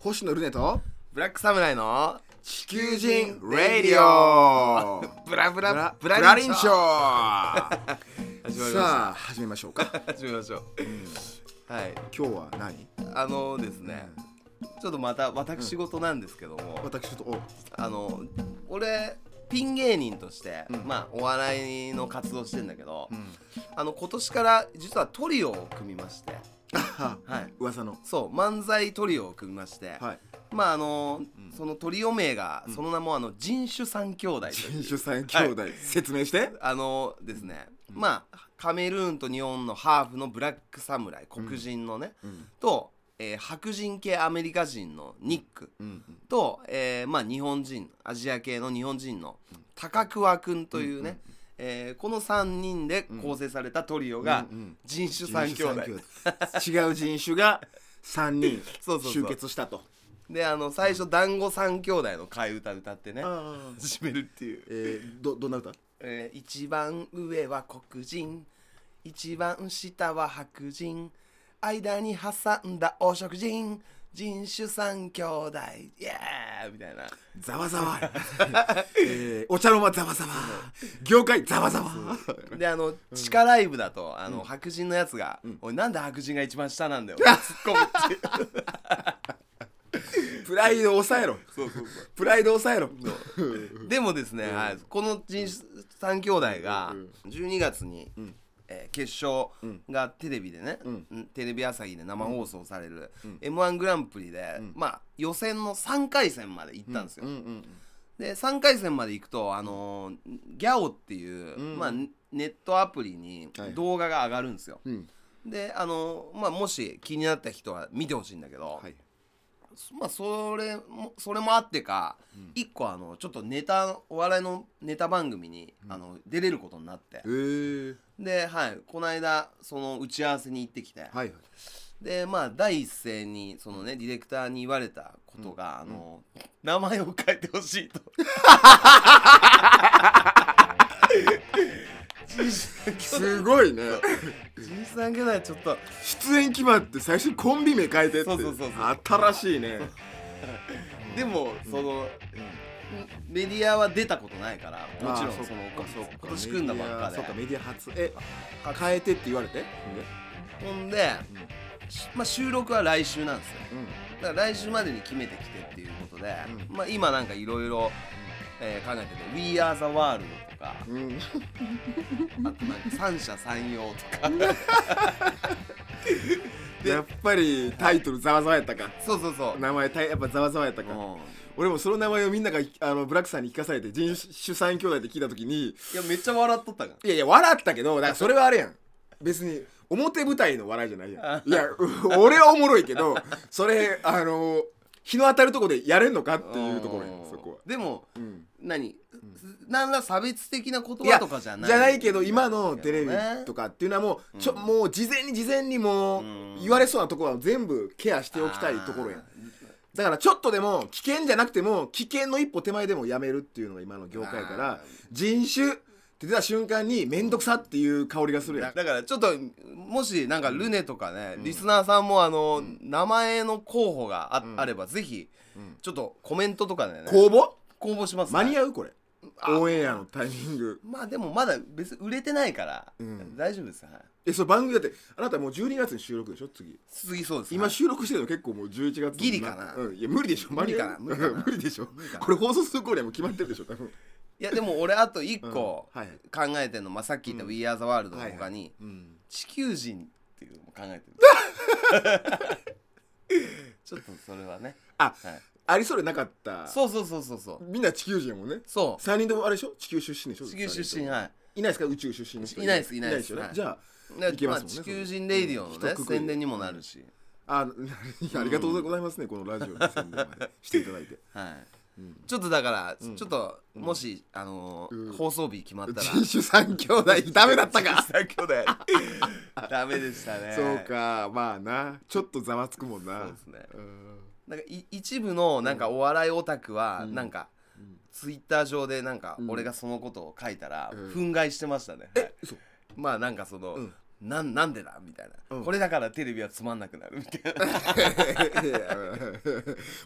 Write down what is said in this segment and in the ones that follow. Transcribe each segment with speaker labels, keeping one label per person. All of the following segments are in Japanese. Speaker 1: 星野ルネと
Speaker 2: ブラックサムライの
Speaker 1: 地
Speaker 2: 球人レディ
Speaker 1: オ
Speaker 2: ブラブ
Speaker 1: ブ
Speaker 2: ラ
Speaker 1: ラ
Speaker 2: ブ
Speaker 1: ブ
Speaker 2: ラ
Speaker 1: ラ
Speaker 2: リ
Speaker 1: リ
Speaker 2: ン
Speaker 1: ン
Speaker 2: シ
Speaker 1: シ
Speaker 2: ョ
Speaker 1: ョ
Speaker 2: ー
Speaker 1: ー
Speaker 2: 始まりました
Speaker 1: さあ始めましょう か
Speaker 2: 始めましょう、はい
Speaker 1: 今日は何
Speaker 2: あのですねちょっとまた私事なんですけども、
Speaker 1: 私ちょっとお
Speaker 2: あの俺ピン芸人として、
Speaker 1: うん
Speaker 2: まあお笑いの活動してんだけど、あの今年から実はトリオを組みまして
Speaker 1: あ
Speaker 2: はい
Speaker 1: 噂の
Speaker 2: そう漫才トリオを組みまして、
Speaker 1: はい
Speaker 2: まああの、
Speaker 1: ん
Speaker 2: そのトリオ名が、その名もあの人種三兄弟という
Speaker 1: 人種三兄弟説明して
Speaker 2: あのですね、まあカメルーンと日本のハーフのブラックサムライ黒人のね、
Speaker 1: うん
Speaker 2: と、えー白人系アメリカ人のニック
Speaker 1: うん
Speaker 2: と、えーまあ、日本人アジア系の日本人の高桑君というね、えーこの3人で構成されたトリオが
Speaker 1: うんうん
Speaker 2: 人種三兄弟、
Speaker 1: 人種違う人種が三 人
Speaker 2: そうそうそう
Speaker 1: 集結したと
Speaker 2: であの最初団子三兄弟の替え歌歌ってね
Speaker 1: あー
Speaker 2: 始めるっていう、
Speaker 1: えーどどんな歌
Speaker 2: えー一番上は黒人一番下は白人間に挟んだ黄色人人種三兄弟イエーイみたいな
Speaker 1: ざわざわ えーお茶の間ざわざわ業界ざわざわ
Speaker 2: であの地下ライブだとあの、白人のやつが「おいなんで白人が一番下なんだよ」突っ込むって
Speaker 1: プライド抑えろ
Speaker 2: そうそうそ
Speaker 1: プライド抑えろ
Speaker 2: うでもですね、はい、この人種三兄弟が12月に、えー決勝がテレビでね、うんテレビ朝日で生放送される m 1グランプリで、まあ予選の3回戦まで行ったんですよ、
Speaker 1: うん
Speaker 2: で3回戦まで行くとあのーギャオっていう、まあ、ネットアプリに
Speaker 1: はい
Speaker 2: 動画が上がるんですよ、
Speaker 1: うん
Speaker 2: であのまあもし気になった人は見てほしいんだけど、
Speaker 1: はい
Speaker 2: まあそれもそれもあってか、一個あのちょっとネタお笑いのネタ番組に、あの出れることになって
Speaker 1: えー
Speaker 2: ではいこの間その打ち合わせに行ってきて、
Speaker 1: はいはい
Speaker 2: でまあ第一声にそのねディレクターに言われたことが、あの名前を変えてほしいと。
Speaker 1: すごいね
Speaker 2: じいさん兄弟ちょっと
Speaker 1: 出演決まって最初にコンビ名変えてって
Speaker 2: そうそうそう
Speaker 1: 新しいね
Speaker 2: でもその、メディアは出たことないからもちろんその今年組んだばっ
Speaker 1: そっ
Speaker 2: か
Speaker 1: か
Speaker 2: で
Speaker 1: メディア初え変えてって言われて
Speaker 2: ほんで、しまあ、収録は来週なんですよ
Speaker 1: うん
Speaker 2: だから来週までに決めてきてっていうことで、まあ、今なんかいろいろ考えてて「We Are the World」とか
Speaker 1: うんうん
Speaker 2: あとなんか三者三様 とか
Speaker 1: やっぱりタイトルざわざわやったか
Speaker 2: そうそうそう、
Speaker 1: 名前たやっぱざわざわやった
Speaker 2: う
Speaker 1: か
Speaker 2: ん、
Speaker 1: 俺もその名前をみんながあのブラックさんに聞かされて人種三兄弟って聞いた時に
Speaker 2: いやめっちゃ笑っとったか
Speaker 1: い
Speaker 2: ら
Speaker 1: やいや笑ったけどだからそれはあれやん別に表舞台の笑いじゃないやんいやう俺はおもろいけどそれあの日の当たるとこでやれんのかっていうところやん
Speaker 2: ん
Speaker 1: そこは。
Speaker 2: でも
Speaker 1: うん
Speaker 2: 何、なんら差別的な言
Speaker 1: いや
Speaker 2: 葉とかじゃない
Speaker 1: じゃないけど今のテレビ
Speaker 2: ね
Speaker 1: とかっていうのはもうちょ、もう事前に事前にもう
Speaker 2: うん
Speaker 1: 言われそうなところは全部ケアしておきたいところやん
Speaker 2: あ
Speaker 1: だからちょっとでも危険じゃなくても危険の一歩手前でもやめるっていうのが今の業界やか
Speaker 2: あ
Speaker 1: ら人種って出た瞬間に面倒くさっていう香りがするやん
Speaker 2: だだからちょっともしなんかルネとかね、リスナーさんもあの、名前の候補があ,、あればぜひちょっとコメントとかでね
Speaker 1: 公募
Speaker 2: 公募します、ね、
Speaker 1: 間に合うこれオンエアのタイミング
Speaker 2: まあでもまだ別に売れてないから、
Speaker 1: ん
Speaker 2: 大丈夫ですはい
Speaker 1: えそう番組だってあなたもう12月に収録でしょ次
Speaker 2: 次そうです
Speaker 1: 今
Speaker 2: はい
Speaker 1: 収録してるの結構もう11月
Speaker 2: ギリかな
Speaker 1: うん、いや無理でしょ間に合う
Speaker 2: 無理かな無理か な
Speaker 1: 無理でしょこれ放送する頃にはもう決まってるでしょ多分
Speaker 2: いやでも俺あと一個
Speaker 1: うんはい
Speaker 2: 考えてんの、まあ、さっき言った「We Are the World」の
Speaker 1: はいはい
Speaker 2: 他に
Speaker 1: うん
Speaker 2: 「地球人」っていうのも考 えてるちょっとそれはね、
Speaker 1: あ
Speaker 2: はい、
Speaker 1: ありそうでなかった
Speaker 2: そうそうそうそうそう
Speaker 1: みんな地球人やもんね
Speaker 2: そ
Speaker 1: 3人ともあれでしょ地球出身でしょ
Speaker 2: う地球
Speaker 1: 三
Speaker 2: 出
Speaker 1: 人と
Speaker 2: 身
Speaker 1: も
Speaker 2: はい
Speaker 1: いないですか宇宙出身の人
Speaker 2: いないですいないです
Speaker 1: よね、
Speaker 2: はい
Speaker 1: じゃあ
Speaker 2: ね
Speaker 1: いけ
Speaker 2: ま
Speaker 1: ま
Speaker 2: あ、
Speaker 1: すもんね、
Speaker 2: 地球人レイディオの
Speaker 1: うん
Speaker 2: ね
Speaker 1: 一括り
Speaker 2: 宣伝にもなるし、
Speaker 1: あ ありがとうございますね、このラジオの宣伝までしていただいて
Speaker 2: はいちょっとだから、ちょっともし、あのー放送日決まったら
Speaker 1: 人種三兄弟ダメだった か
Speaker 2: 三兄弟 ダメでしたね
Speaker 1: そうかまあなちょっとざわつくもんな
Speaker 2: そうですね
Speaker 1: うん
Speaker 2: なんかい一部のなんかお笑いオタクは、なんか、ツイッター上でなんか俺がそのことを書いたら、憤慨してましたね、はいまあなんかその、なんなんでだみたいな、
Speaker 1: うん
Speaker 2: これだからテレビはつまんなくなるみたいな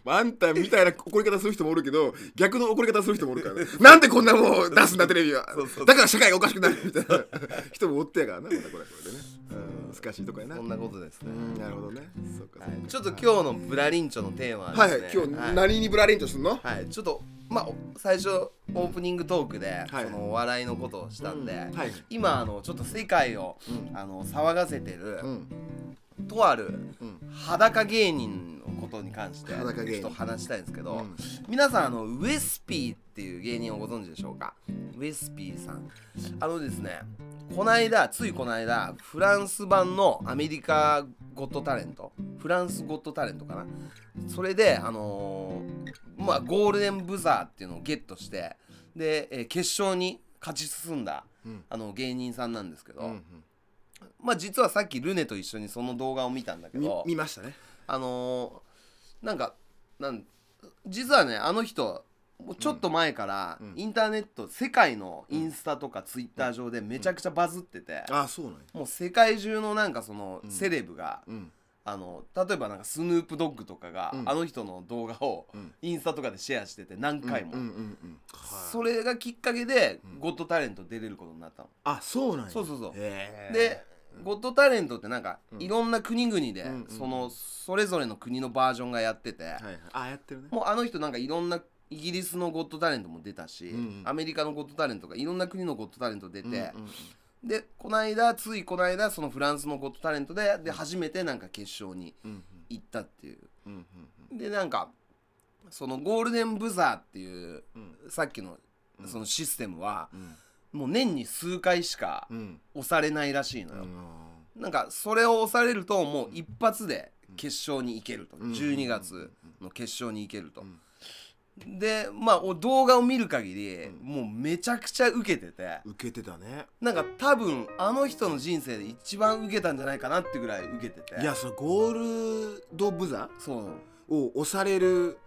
Speaker 1: まあ、あんたみたいな怒り方する人もおるけど逆の怒り方する人もおるから ね、なんでこんなもん出すんだテレビは
Speaker 2: そうそう
Speaker 1: だから社会がおかしくなるみたいな 人もおってやからなまたこれはこれでね、うん難しいとこやな
Speaker 2: そんなことですね、
Speaker 1: うんなるほどねそうかそうか
Speaker 2: ちょっと今日のブラリンチョのテーマは
Speaker 1: はい、
Speaker 2: ですね
Speaker 1: はい、今日何にブラリンとすんの、
Speaker 2: はい、ちょっとまあお最初オープニングトークで、
Speaker 1: はい
Speaker 2: そのお笑いのことをしたんで、
Speaker 1: うんはい
Speaker 2: 今あのちょっと世界を、あの騒がせてる、
Speaker 1: うん
Speaker 2: とある、裸芸人のことに関して
Speaker 1: 裸芸人
Speaker 2: ちょっと話したいんですけど、
Speaker 1: うん
Speaker 2: 皆さんあのウエスピーっていう芸人をご存知でしょうかウエスピーさんあのですねこないだついこの間フランス版のアメリカゴッドタレントフランスゴッドタレントかなそれであのーまあゴールデンブザーっていうのをゲットしてで、えー決勝に勝ち進んだ、
Speaker 1: うん
Speaker 2: あの芸人さんなんですけど、
Speaker 1: うん
Speaker 2: まあ実はさっきルネと一緒にその動画を見たんだけ
Speaker 1: み
Speaker 2: ど
Speaker 1: 見ましたね
Speaker 2: あのーなんかなん実はねあの人もうちょっと前から、
Speaker 1: ん
Speaker 2: インターネット世界のインスタとかツイッター上でめちゃくちゃバズってて、
Speaker 1: ああそうなんや
Speaker 2: もう世界中のなんかそのセレブが、
Speaker 1: うん
Speaker 2: あの例えばなんかスヌープドッグとかが、
Speaker 1: うん
Speaker 2: あの人の動画を
Speaker 1: ん
Speaker 2: インスタとかでシェアしてて何回も、
Speaker 1: うんうんうんはい
Speaker 2: それがきっかけで「ゴッドタレント」出れることになったの。
Speaker 1: あそうなんや
Speaker 2: そうそうそう
Speaker 1: へえ
Speaker 2: で、ゴッドタレントってなんか、いろんな国々で、
Speaker 1: うんうん
Speaker 2: そのそれぞれの国のバージョンがやってて、
Speaker 1: はいはい、ああやってるね
Speaker 2: もうあの人なんかいろんなイギリスのゴッドタレントも出たし、
Speaker 1: うんうん
Speaker 2: アメリカのゴッドタレントとかいろんな国のゴッドタレント出て、
Speaker 1: うんうん
Speaker 2: でこの間ついこの間そのフランスのゴッドタレントでで初めてなんか決勝に
Speaker 1: うん
Speaker 2: 行ったっていう
Speaker 1: うんうんうん
Speaker 2: でなんかそのゴールデンブザーっていう、
Speaker 1: う
Speaker 2: さっきのそのシステムは
Speaker 1: う、ん
Speaker 2: もう年に数回しか
Speaker 1: うん
Speaker 2: 押されないらしいの
Speaker 1: う
Speaker 2: よ、
Speaker 1: ん
Speaker 2: なんかそれを押されるともう一発で決勝に行けると、
Speaker 1: ん
Speaker 2: 12月の決勝に行けると、
Speaker 1: ん
Speaker 2: でまあお動画を見る限り、もうめちゃくちゃ受けてて
Speaker 1: 受けてたね
Speaker 2: なんか多分あの人の人生で一番受けたんじゃないかなってぐらい受けてて
Speaker 1: いやそのゴールドブザ
Speaker 2: そう
Speaker 1: を押される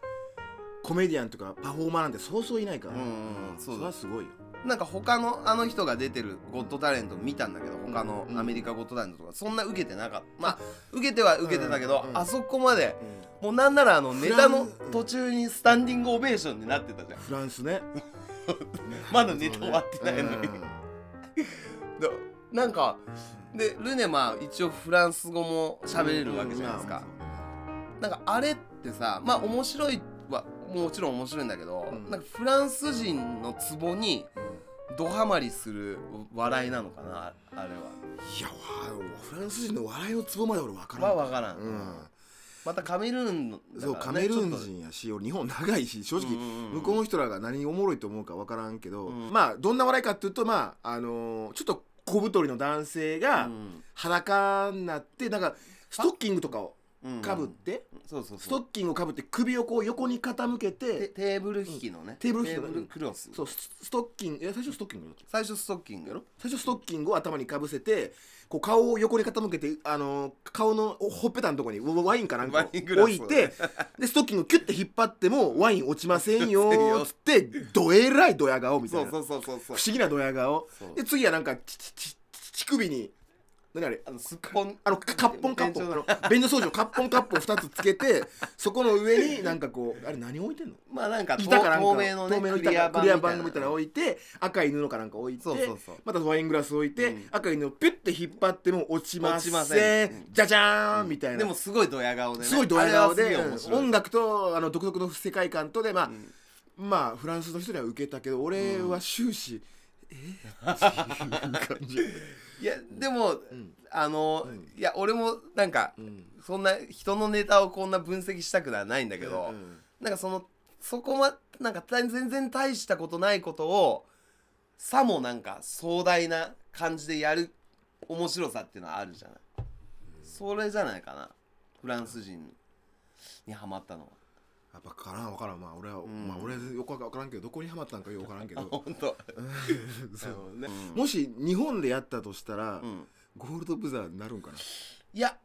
Speaker 1: コメディアンとかパフォーマーなんてそうそういないから、
Speaker 2: うんうんうんそう
Speaker 1: れはすごいよ
Speaker 2: なんか他のあの人が出てるゴッドタレント見たんだけど他の
Speaker 1: うん
Speaker 2: アメリカゴッドタレントとかそんな受けてなかったまあ受けては受けてたけど、
Speaker 1: うんうん
Speaker 2: あそこまで
Speaker 1: うん
Speaker 2: もうなんならあの
Speaker 1: フ
Speaker 2: ネ
Speaker 1: ラ
Speaker 2: タ
Speaker 1: ン
Speaker 2: の途中にスタンディングオベーションになってたじゃん
Speaker 1: フランスね
Speaker 2: まだネタ終わってない のに
Speaker 1: うん
Speaker 2: だなんかでルネまあ一応フランス語も喋れるわけじゃないですか、なんかあれってさまあ面白いはもちろん面白いんだけど、
Speaker 1: うん
Speaker 2: なんかフランス人のツボに
Speaker 1: うん
Speaker 2: ドハマりする笑いなのかなあれはい
Speaker 1: やわフランス人の笑いのツボまで俺分から
Speaker 2: は
Speaker 1: ん、
Speaker 2: 分からん、
Speaker 1: うん
Speaker 2: またカメルーンのだからね
Speaker 1: そうカメルーン
Speaker 2: ちょっ
Speaker 1: 人やし俺日本長いし正直
Speaker 2: うんうんうん
Speaker 1: 向こうの人らが何におもろいと思うか分からんけど、
Speaker 2: うん
Speaker 1: まあどんな笑いかっていうとまああのーちょっと小太りの男性
Speaker 2: と
Speaker 1: が
Speaker 2: うん
Speaker 1: 裸になってなんかストッキングとかを
Speaker 2: うん
Speaker 1: かぶって、
Speaker 2: そうそう
Speaker 1: スト
Speaker 2: そう
Speaker 1: ッキングをかぶって首をこう横に傾け
Speaker 2: テ
Speaker 1: て
Speaker 2: テーブル引きのね、
Speaker 1: テーブル引きの
Speaker 2: クロス
Speaker 1: そうスストッキングえ最初ストッキングだった
Speaker 2: 最初ストッキング
Speaker 1: やろ最初ストッキングを頭にかぶせてこう顔を横に傾けて、あのー顔のおほっぺたのとこにワワインかなんかを
Speaker 2: ワイングラスを
Speaker 1: 置いてでストッキングをキュッて引っ張ってもワイン落ちませんよ
Speaker 2: 落ちませんよ
Speaker 1: ーっつってどえらいドヤ顔みたい
Speaker 2: そ
Speaker 1: な
Speaker 2: うそうそうそうそう
Speaker 1: 不思議なドヤ顔
Speaker 2: そう
Speaker 1: で次はなんかちちちち乳首に何あれ
Speaker 2: あのすっぽん
Speaker 1: あのカカッポンカッポン
Speaker 2: 便所の
Speaker 1: あの便所掃除をカッポンカッポン2つつけてそこの上になんかこうあれ何置いてんの
Speaker 2: まあなんか
Speaker 1: 板かなんか
Speaker 2: 透明のねク
Speaker 1: 板
Speaker 2: リア
Speaker 1: か
Speaker 2: 板
Speaker 1: クリア板みたいな
Speaker 2: な
Speaker 1: の置いて赤い布かなんか置いて
Speaker 2: そうそうそう
Speaker 1: またワイングラス置いて、
Speaker 2: うん
Speaker 1: 赤い布をピュッて引っ張っても落ちません
Speaker 2: 落ちませんうん
Speaker 1: じゃじゃーんみたいな、
Speaker 2: でもすごいドヤ顔でね
Speaker 1: すごいドヤ顔で
Speaker 2: あれはすげえ面白い
Speaker 1: 音楽とあの独特の世界観とでまあ、まあフランスの人には受けたけど俺は終始、えーっていう感じ、
Speaker 2: いやでも、
Speaker 1: ん
Speaker 2: あの、いや俺もなんか、そんな人のネタをこんな分析したくはないんだけど、
Speaker 1: うん
Speaker 2: なんかそのそこまなんかた全然大したことないことをさもなんか壮大な感じでやる面白さっていうのはあるじゃない、それじゃないかなフランス人にハマったのは
Speaker 1: やっぱかな分からんまあ俺は、
Speaker 2: ん
Speaker 1: まあ俺はよく分からんけどどこにハマったんかよく分からんけ ど
Speaker 2: 本当
Speaker 1: そう
Speaker 2: ね、
Speaker 1: もし日本でやったとしたら、
Speaker 2: うん
Speaker 1: ゴールドブザーになるんかない
Speaker 2: や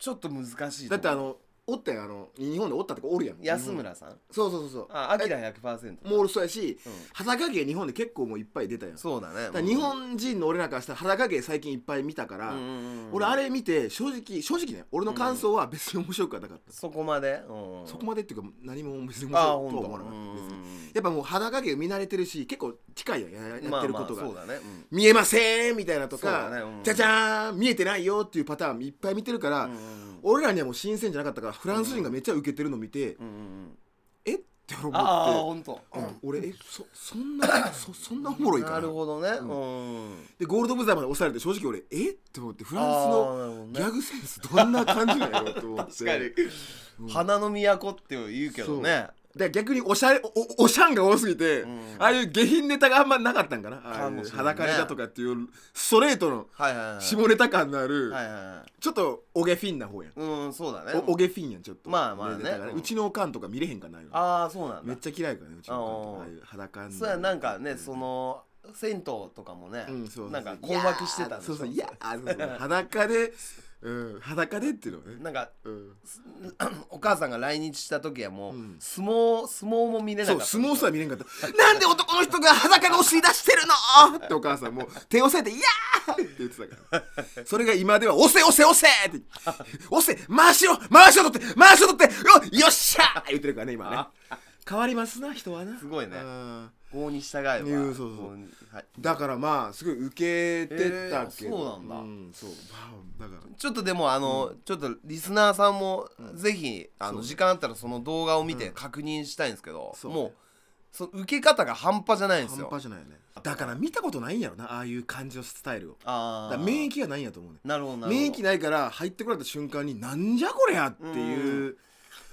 Speaker 2: ちょっと難しいと思う
Speaker 1: だってあのおったやんあの日本でおったとこおるやん
Speaker 2: 安村さん
Speaker 1: そうそうそうそう
Speaker 2: あアキラ100%
Speaker 1: もうそうやし、
Speaker 2: うん
Speaker 1: 裸芸日本で結構もういっぱい出たやんだか
Speaker 2: そうだね
Speaker 1: ら日本人の俺なんかしたら裸芸最近いっぱい見たから、
Speaker 2: うんうんうんうん
Speaker 1: 俺あれ見て正直正直ね俺の感想は別に面白くはなかった、
Speaker 2: そこまで、うん
Speaker 1: そこまでっていうか何も別に面
Speaker 2: ああ
Speaker 1: 白いとは
Speaker 2: 本当
Speaker 1: 思わなかった
Speaker 2: うんうん
Speaker 1: 別に
Speaker 2: うん
Speaker 1: やっぱもう裸芸見慣れてるし結構近いやんややってることが、
Speaker 2: まあまあそうだね、うん
Speaker 1: 見えませんみたいなと
Speaker 2: そう
Speaker 1: か、
Speaker 2: だねうん
Speaker 1: じゃじゃーん見えてないよっていうパターンいっぱい見てるから、
Speaker 2: うんうん
Speaker 1: 俺らにはもう新鮮じゃなかったからフランス人がめっちゃ受けてるの見て、
Speaker 2: うんうん
Speaker 1: えって思って
Speaker 2: ああ本当、
Speaker 1: うん俺えそそんなそそんなおもろいか
Speaker 2: な
Speaker 1: な
Speaker 2: るほどね、うん
Speaker 1: でゴールドブザーまで押されて正直俺えって思ってフランス
Speaker 2: あーなるほど
Speaker 1: の
Speaker 2: ね
Speaker 1: ギャグセンスどんな感じなんやろうと 思って
Speaker 2: 花の都って言うけどね
Speaker 1: で逆におしゃれおおおしゃんが多すぎて、
Speaker 2: ん
Speaker 1: ああいう下品ネタがあんまなかったんかなああい
Speaker 2: かも
Speaker 1: う
Speaker 2: しれないね
Speaker 1: 裸ネタとかっていうストレートの
Speaker 2: はいはいはい
Speaker 1: 下ネタ感のある、
Speaker 2: はいはいはい
Speaker 1: ちょっとおげフィンな方やん
Speaker 2: うんそうだね
Speaker 1: おおげフィンやんちょっと
Speaker 2: まあまあね
Speaker 1: だから
Speaker 2: うん
Speaker 1: うちのおかんとか見れへんかないの
Speaker 2: ああそうなん
Speaker 1: め
Speaker 2: だ
Speaker 1: っちゃ嫌いからねうちのおかんとかあ
Speaker 2: あー
Speaker 1: あいう裸の
Speaker 2: そうやなんかねその銭湯とかもね、
Speaker 1: うん、そうそう
Speaker 2: なんか困惑してたんでし
Speaker 1: そ
Speaker 2: ょ
Speaker 1: うそういやーそうそう裸で、うん、裸でっていうのね、
Speaker 2: なんか
Speaker 1: うん、
Speaker 2: お母さんが来日した時はもう、
Speaker 1: ん
Speaker 2: 相撲相撲も見れな
Speaker 1: そ
Speaker 2: かっ
Speaker 1: う
Speaker 2: た
Speaker 1: 相撲すら見れんかったなんで男の人が裸でお尻出してるのってお母さんもう手を押さえて「いやー!」って言ってたからそれが今では「押せ押せ押せ!」って「押せ回しを回しを取って回しを取ってよよっしゃー!」言ってるからね今ね変わりますな人はな
Speaker 2: すごいね
Speaker 1: うん
Speaker 2: 郷に従えば
Speaker 1: いやそうそう
Speaker 2: 郷にはい
Speaker 1: だからまあすごい受けてたけど、
Speaker 2: えーそうなんだ
Speaker 1: そうまあだから
Speaker 2: ちょっとでもあの、ちょっとリスナーさんも、ぜひあの時間あったらその動画を見て確認したいんですけど、
Speaker 1: そうね
Speaker 2: もうその受け方が半端じゃないんです
Speaker 1: 半
Speaker 2: よ
Speaker 1: 端じゃないよねだから見たことないんやろなああいう感じのスタイルをだ
Speaker 2: あ
Speaker 1: か
Speaker 2: あ
Speaker 1: ら免疫がないんやと思うね
Speaker 2: なるほどなるほど
Speaker 1: 免疫ないから入ってこられた瞬間になんじゃこれやっていう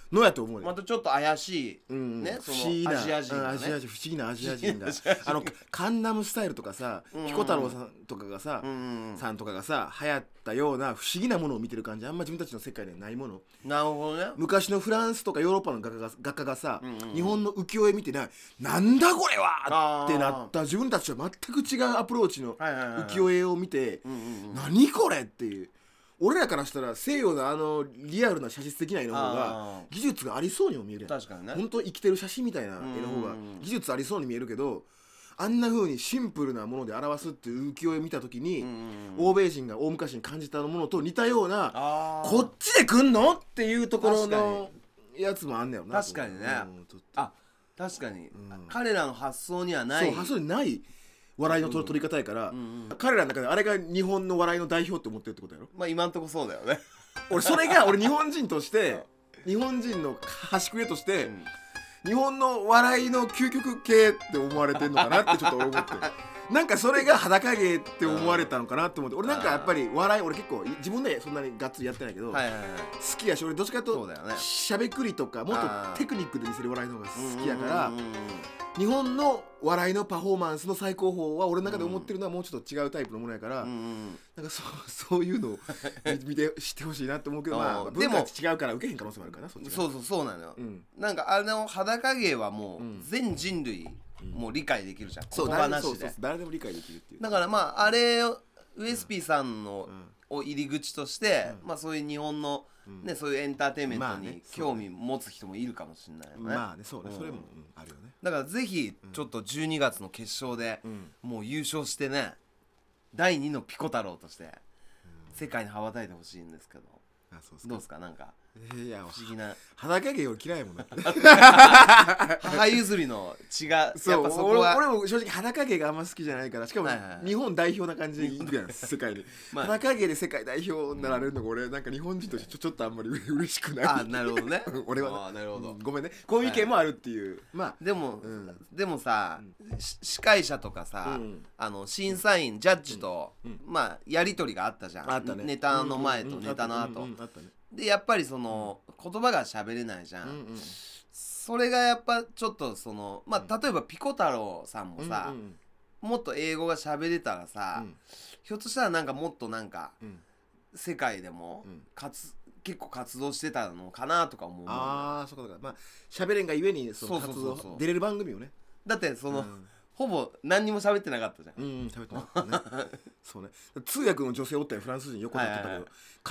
Speaker 1: のやと思うね
Speaker 2: またちょっと怪しい、
Speaker 1: うん
Speaker 2: ね
Speaker 1: 不
Speaker 2: その
Speaker 1: 思議な
Speaker 2: アジア人
Speaker 1: うん
Speaker 2: が
Speaker 1: ア
Speaker 2: ね
Speaker 1: ジア人不思議なアジア人が
Speaker 2: 不思 議なアジア人
Speaker 1: あのカンナムスタイルとかさ
Speaker 2: ん
Speaker 1: 彦太郎さんとかがさ
Speaker 2: うんうんうん
Speaker 1: さんとかがさ流行ったような不思議なものを見てる感じあんま自分たちの世界ではないもの
Speaker 2: なるほどね
Speaker 1: 昔のフランスとかヨーロッパの画家が画家がさ、
Speaker 2: んうんうん
Speaker 1: 日本の浮世絵見てないなんだこれは
Speaker 2: あー
Speaker 1: ってなった自分たちとは全く違うアプローチの
Speaker 2: はいはいはいはい
Speaker 1: 浮世絵を見て、
Speaker 2: うんうんうん
Speaker 1: 何これっていう俺らからしたら西洋のあのリアルな写実的な絵の方が
Speaker 2: あ
Speaker 1: 技術がありそうにも見えるやん
Speaker 2: 確かにね
Speaker 1: 本当生きてる写真みたいな絵の方
Speaker 2: う
Speaker 1: が
Speaker 2: んうんうん
Speaker 1: 技術ありそうに見えるけどあんな風にシンプルなもので表すっていう浮世絵を見た時に、
Speaker 2: うんうんうん
Speaker 1: 欧米人が大昔に感じたものと似たような
Speaker 2: あー
Speaker 1: こっちで来んのっていうところ
Speaker 2: 確か
Speaker 1: のやつもあんねやろな
Speaker 2: 確かにね
Speaker 1: うんちょっと
Speaker 2: あ確かに、彼らの発想にはな
Speaker 1: そ
Speaker 2: いう
Speaker 1: 発想にない笑いのと取り方やから、彼らの中であれが日本の笑いの代表って思ってるってことやろ
Speaker 2: まあ今んとこそうだよね
Speaker 1: 俺それが俺日本人と して日本人の端くれとして、
Speaker 2: ん
Speaker 1: 日本の笑いの究極系って思われてんのかなってちょっと俺思 ってるなんかそれが裸芸って思われたのかなって思って俺なんかやっぱり笑い俺結構自分でそんなにがっつりやってないけど、
Speaker 2: はいはいはい
Speaker 1: 好きやし俺どっちかとい
Speaker 2: そううだよ
Speaker 1: と
Speaker 2: ね
Speaker 1: しゃべくりとかもっ
Speaker 2: あー
Speaker 1: とテクニックで見せる笑いの方が好きやから
Speaker 2: うんうんうんうん
Speaker 1: 日本の笑いのパフォーマンスの最高峰は俺の中で思ってるのはもうちょっと違うタイプのものやから、
Speaker 2: うんうんうん
Speaker 1: なんかそう そういうのを見見て知ってほしいなと思うけど、ま
Speaker 2: あ
Speaker 1: あ、
Speaker 2: ー
Speaker 1: 文化
Speaker 2: でも
Speaker 1: 違うから受けへん可能性もあるからなそっちが
Speaker 2: そうそうそうなのよ、
Speaker 1: うん
Speaker 2: なんかあの裸芸はもうん全人類もう理解できるじゃん、
Speaker 1: そう
Speaker 2: 言
Speaker 1: 誰で
Speaker 2: 葉
Speaker 1: も
Speaker 2: な
Speaker 1: そう
Speaker 2: し
Speaker 1: そう
Speaker 2: で
Speaker 1: そう誰でも理解できるっていう
Speaker 2: だからまああれをウエスピーさんのを入り口として、まあそういう日本の、ねそういうエンターテインメン
Speaker 1: ま
Speaker 2: ト
Speaker 1: あ
Speaker 2: に
Speaker 1: ねそう
Speaker 2: 興味持つ人もいるかもしれないよね,、
Speaker 1: まあねそうね、
Speaker 2: うん
Speaker 1: それも、うんあるよね
Speaker 2: だからぜひちょっと12月の決勝で、
Speaker 1: ん
Speaker 2: もう優勝してね第2のピコ太郎として世界に羽ばたいてほしいんですけど
Speaker 1: あそうっす
Speaker 2: ど
Speaker 1: か
Speaker 2: うですかなんか
Speaker 1: いや
Speaker 2: 不思議な
Speaker 1: 裸芸俺嫌いやもんな
Speaker 2: 母譲りの血がやっぱ
Speaker 1: そ
Speaker 2: そうこ
Speaker 1: 俺も
Speaker 2: は
Speaker 1: 俺も正直裸芸があんま好きじゃないからしかも
Speaker 2: はいはいはい
Speaker 1: 日本代表な感じでいいじゃん世界で、
Speaker 2: まあ
Speaker 1: 裸芸で世界代表になられるのが俺なんか日本人としてちょちょっとあんまり嬉しくない
Speaker 2: あなるほどね
Speaker 1: 俺はね
Speaker 2: あなるほど、
Speaker 1: ごめんねこういう意見もあるっていう、まあ
Speaker 2: でも、
Speaker 1: ん
Speaker 2: でもさ、し司会者とかさ、
Speaker 1: うん
Speaker 2: あの審査員ジャッジと、まあやり取りがあったじゃん
Speaker 1: あったね
Speaker 2: ネタの前とネタの後、
Speaker 1: うんうんうんあったね
Speaker 2: でやっぱりその言葉が喋れないじゃん、
Speaker 1: うんうん
Speaker 2: それがやっぱちょっとそのまあ例えばピコ太郎さんもさ、
Speaker 1: うんうん
Speaker 2: もっと英語が喋れたらさ、
Speaker 1: うん
Speaker 2: ひょっとしたらなんかもっとなんか
Speaker 1: うん
Speaker 2: 世界でも
Speaker 1: うん
Speaker 2: 活結構活動してたのかなとか思う
Speaker 1: ああそうかそうかまあ喋れんがゆえにその
Speaker 2: そう
Speaker 1: 活
Speaker 2: そうそうそう
Speaker 1: 動出れる番組をね
Speaker 2: だってその、
Speaker 1: うん
Speaker 2: ほぼ何にも喋ってなかったじゃん、
Speaker 1: うん喋ってなかったね そうね通訳の女性おったよフランス人横に立ってたけ
Speaker 2: はい
Speaker 1: ど、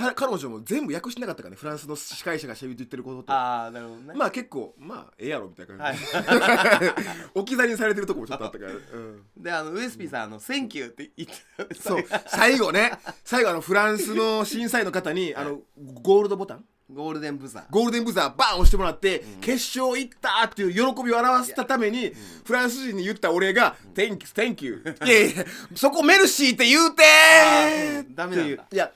Speaker 2: は
Speaker 1: か彼女も全部訳してなかったからねフランスの司会者がしゃべって言ってることって
Speaker 2: ああなるほどね、
Speaker 1: まあ結構まあええやろみたいな
Speaker 2: は
Speaker 1: 感
Speaker 2: い
Speaker 1: じ、 置き去りにされてるとこもちょっとあった から、うん、
Speaker 2: であのウエスピーさん、あの「センキュー」って言ってた
Speaker 1: そう最後ね最後あのフランスの審査員の方にあのゴールドボタン
Speaker 2: ゴールデンブザー
Speaker 1: ゴールデンブザーバーン押してもらって、決勝行ったっていう喜びを表したために、フランス人に言った俺が「Thank you, thank you」いやいやそこメルシーって言うて
Speaker 2: あ
Speaker 1: ー
Speaker 2: ーダメなんだ
Speaker 1: っていういや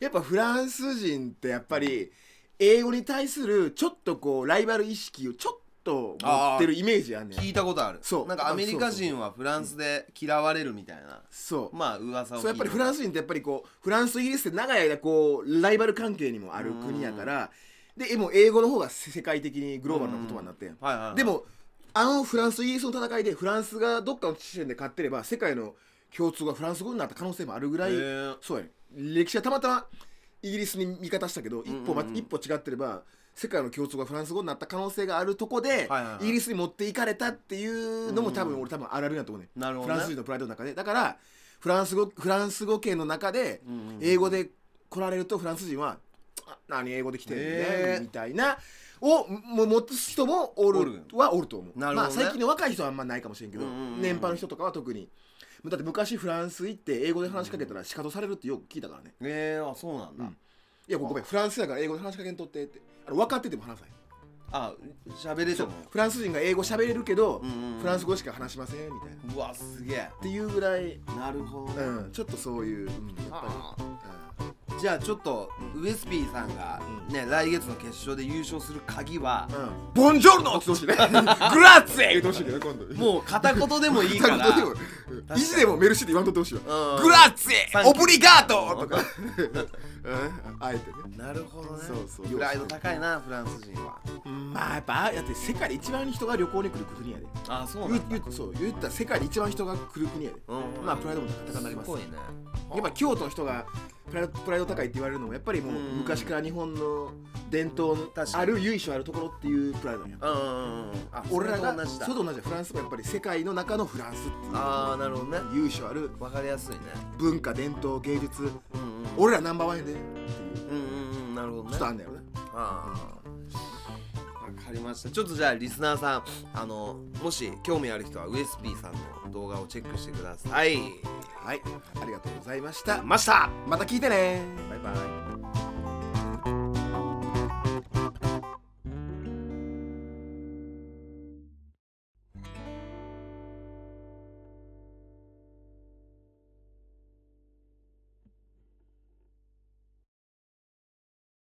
Speaker 1: やっぱフランス人ってやっぱり英語に対するちょっとこうライバル意識をちょっと持ってるイメージあんね
Speaker 2: 聞
Speaker 1: ん
Speaker 2: いたことある
Speaker 1: そう
Speaker 2: なんかアメリカ人はフランスで嫌われるみたいな
Speaker 1: そう
Speaker 2: まあ噂を聞い
Speaker 1: そうやっぱりフラン
Speaker 2: ス
Speaker 1: ス人ってやっぱりこうフランスとイギリスって長い間こうライバル関係にもある国やからでもう英語の方が世界的にグローバルな言葉になってん
Speaker 2: はいはいはい
Speaker 1: でもあのフランスとイギリスの戦いでフランスがどっかの地点で勝ってれば世界の共通がフランス語になった可能性もあるぐらい
Speaker 2: へー
Speaker 1: そうやね歴史はたまたまイギリスに味方したけど一歩,、ま一歩違ってれば世界の共通がフランス語になった可能性があるとこで、
Speaker 2: はいはいはい
Speaker 1: イギリスに持っていかれたっていうのも多分俺多分あるあるやと思うねん
Speaker 2: なるほど
Speaker 1: フ
Speaker 2: ね
Speaker 1: ランス人のプライドの中でだからフランス語フランス語圏の中で英語で来られるとフランス人は「あ何英語で来てるね
Speaker 2: へ」ー
Speaker 1: みたいなをも持つ人もおる
Speaker 2: おる
Speaker 1: はおると思う
Speaker 2: なるほ
Speaker 1: ま
Speaker 2: ど
Speaker 1: あ、
Speaker 2: ね
Speaker 1: 最近の若い人はあんまないかもしれんけど、
Speaker 2: うんうんうん
Speaker 1: 年配の人とかは特にだって昔フランス行って英語で話しかけたら仕方されるってよく聞いたからね
Speaker 2: えー、あそうなんだ、
Speaker 1: うんいやごめんフランスだから英語で話しかけんとってってあの分かってても話さない
Speaker 2: あ喋れても
Speaker 1: フランス人が英語喋れるけど、
Speaker 2: うんうんうん
Speaker 1: フランス語しか話しませんみたいなっ
Speaker 2: うわすげえ
Speaker 1: ていうぐらい、
Speaker 2: なるほどね、
Speaker 1: うん、ちょっとそういう、うん、やっぱ
Speaker 2: あ
Speaker 1: り、
Speaker 2: ーじゃあちょっとウエスピーさんがね、来月の決勝で優勝する鍵は、
Speaker 1: うんうん、ボンジョルノって言ってほしいねグラッツェ言ってほしいけど今度
Speaker 2: もう片言でもいいから
Speaker 1: 多分どうでもうん意地でもメルシーって言わんとってほしいわ
Speaker 2: うん
Speaker 1: グラッツ
Speaker 2: サン
Speaker 1: ェ
Speaker 2: キュ
Speaker 1: オ
Speaker 2: ー
Speaker 1: ブリガートとかうんあえてね
Speaker 2: なるほどね
Speaker 1: そうそう
Speaker 2: プライド高いなフランス人は
Speaker 1: まあやっぱだって世界で一番人が旅行に来る国やで
Speaker 2: あそう
Speaker 1: 言う言うそう言ったら世界で一番人が来る国やで、
Speaker 2: うん
Speaker 1: まあプライドも高くなります
Speaker 2: すごいね
Speaker 1: やっぱ京都の人がプライドプライド高いって言われるのもやっぱりもう
Speaker 2: うん
Speaker 1: 昔から日本の伝統の
Speaker 2: 確かに
Speaker 1: ある由緒あるところっていうプライドなんや
Speaker 2: うんうんうんあ
Speaker 1: 俺
Speaker 2: 俺
Speaker 1: らが
Speaker 2: らと同じだ
Speaker 1: そうと同じだフランスもやっぱり世界の中のフランスっていう
Speaker 2: ああなるほどね
Speaker 1: 由緒ある
Speaker 2: わかりやすいね
Speaker 1: 文化伝統芸術
Speaker 2: うんうん
Speaker 1: 俺らナンバーワンやでっていう
Speaker 2: うんうんうんなるほどね
Speaker 1: ちょっとあんだよね
Speaker 2: ああ分かりましたちょっとじゃあリスナーさんあのもし興味ある人はウエスピーさんの動画をチェックしてください
Speaker 1: はいありがとうございました
Speaker 2: ました
Speaker 1: また聞いてね
Speaker 2: バイバイ